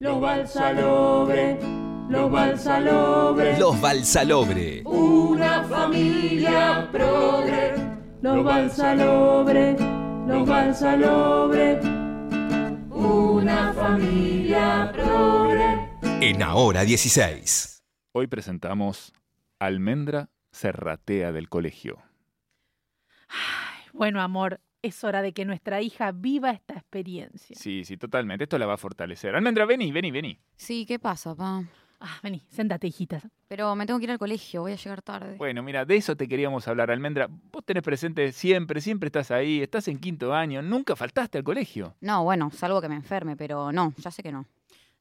Los Balsalobre, los Balsalobre, Los Balsalobre. una familia progre. Los Balsalobre, los Balsalobre, una familia progre. En Ahora 16. Hoy presentamos Almendra Serratea del Colegio. Bueno, amor, es hora de que nuestra hija viva esta experiencia. Sí, sí, totalmente. Esto la va a fortalecer. Almendra, vení, vení, vení. Sí, ¿qué pasa, pa? Ah, vení, sentate, hijita. Pero me tengo que ir al colegio, voy a llegar tarde. Bueno, mira, de eso te queríamos hablar, Almendra. Vos tenés presente siempre, siempre estás ahí, estás en quinto año, nunca faltaste al colegio. No, bueno, salvo que me enferme, pero no, ya sé que no.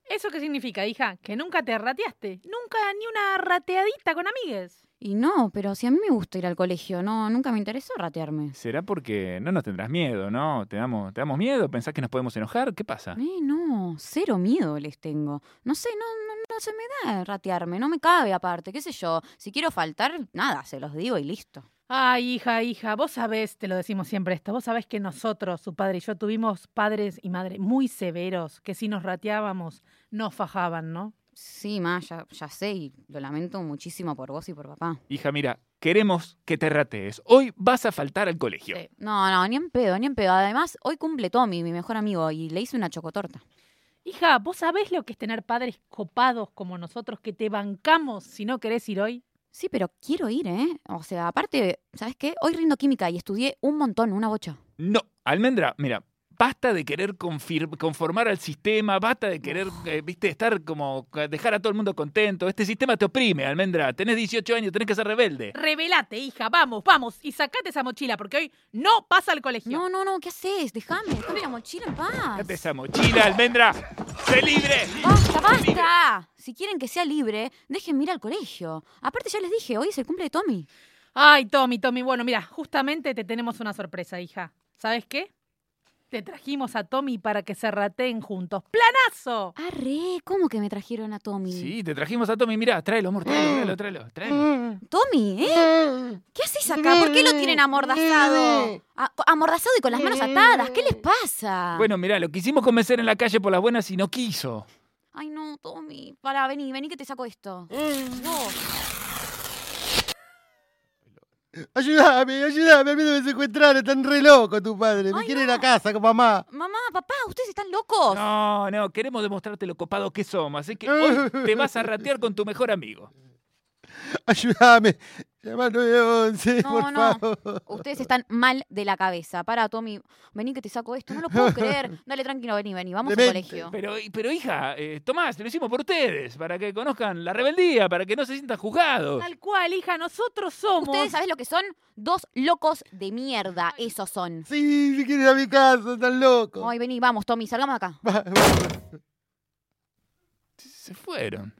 ¿Eso qué significa, hija? Que nunca te rateaste. Nunca ni una rateadita con amigues. Y no, pero si a mí me gusta ir al colegio, no, nunca me interesó ratearme. Será porque no nos tendrás miedo, ¿no? ¿Te damos, te damos miedo? ¿Pensás que nos podemos enojar? ¿Qué pasa? Eh, no, cero miedo les tengo. No sé, no, no, no se me da ratearme, no me cabe aparte, qué sé yo. Si quiero faltar, nada, se los digo y listo. Ay, hija, hija, vos sabés, te lo decimos siempre esto, vos sabés que nosotros, su padre y yo, tuvimos padres y madre muy severos, que si nos rateábamos, nos fajaban, ¿no? Sí, ma, ya, ya sé y lo lamento muchísimo por vos y por papá. Hija, mira, queremos que te ratees. Hoy vas a faltar al colegio. Sí. No, no, ni en pedo, ni en pedo. Además, hoy cumple Tommy, mi mejor amigo, y le hice una chocotorta. Hija, ¿vos sabés lo que es tener padres copados como nosotros que te bancamos si no querés ir hoy? Sí, pero quiero ir, ¿eh? O sea, aparte, ¿sabes qué? Hoy rindo química y estudié un montón, una bocha. No, Almendra, mira, basta de querer confir- conformar al sistema, basta de querer, eh, viste, estar como dejar a todo el mundo contento. Este sistema te oprime, Almendra. Tenés 18 años, tenés que ser rebelde. Revelate, hija, vamos, vamos, y sacate esa mochila, porque hoy no pasa al colegio. No, no, no, ¿qué haces? Déjame, déjame la mochila en paz. Date esa mochila, Almendra. ¡Sé libre! ¡Basta, basta! Si quieren que sea libre, déjenme ir al colegio. Aparte, ya les dije, hoy es el cumple de Tommy. Ay, Tommy, Tommy, bueno, mira, justamente te tenemos una sorpresa, hija. ¿Sabes qué? Te trajimos a Tommy para que se rateen juntos. ¡Planazo! Arre, ¿cómo que me trajeron a Tommy? Sí, te trajimos a Tommy. Mirá, tráelo, amor, tráelo, tráelo, tráelo. tráelo. Tommy, ¿eh? ¿Qué haces acá? ¿Por qué lo tienen amordazado? A- amordazado y con las manos atadas, ¿qué les pasa? Bueno, mirá, lo quisimos convencer en la calle por las buenas y no quiso. Ay, no, Tommy. Pará, vení, vení que te saco esto. Mm. No. Ayúdame, ayúdame, a mí no me secuestraron, están re loco tu padre. Me Ay, quiere no. ir a casa con mamá. Mamá, papá, ustedes están locos. No, no, queremos demostrarte lo copado que somos, así que hoy te vas a ratear con tu mejor amigo. Ayúdame. Llama al 911, No, por no. favor. Ustedes están mal de la cabeza. Para, Tommy, vení que te saco esto. No lo puedo creer. Dale, tranquilo, vení, vení. Vamos al Demente. colegio. Pero, pero hija, eh, Tomás, te lo hicimos por ustedes, para que conozcan la rebeldía, para que no se sientan juzgados. Tal cual, hija, nosotros somos. Ustedes, ¿sabés lo que son? Dos locos de mierda. Esos son. Sí, si quieren ir a mi casa, están locos. Ay, vení, vamos, Tommy, salgamos de acá. Va, va. Se fueron.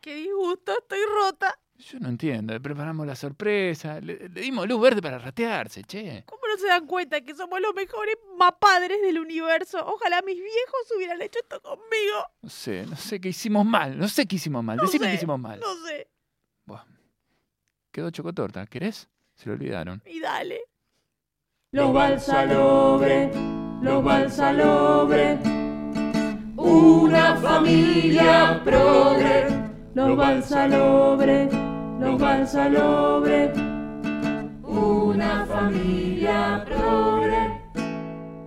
¡Qué disgusto! Estoy rota. Yo no entiendo, le preparamos la sorpresa, le, le dimos luz verde para ratearse, che. ¿Cómo no se dan cuenta que somos los mejores mapadres del universo? Ojalá mis viejos hubieran hecho esto conmigo. No sé, no sé qué hicimos mal, no sé qué hicimos mal, No decime sé, qué hicimos mal. No sé. Buah. Quedó chocotorta, ¿querés? Se lo olvidaron. Y dale. Los Balsalobre, los Balsalobre, una familia progre. Los Balsalobre, los Balsalobre, una familia progre.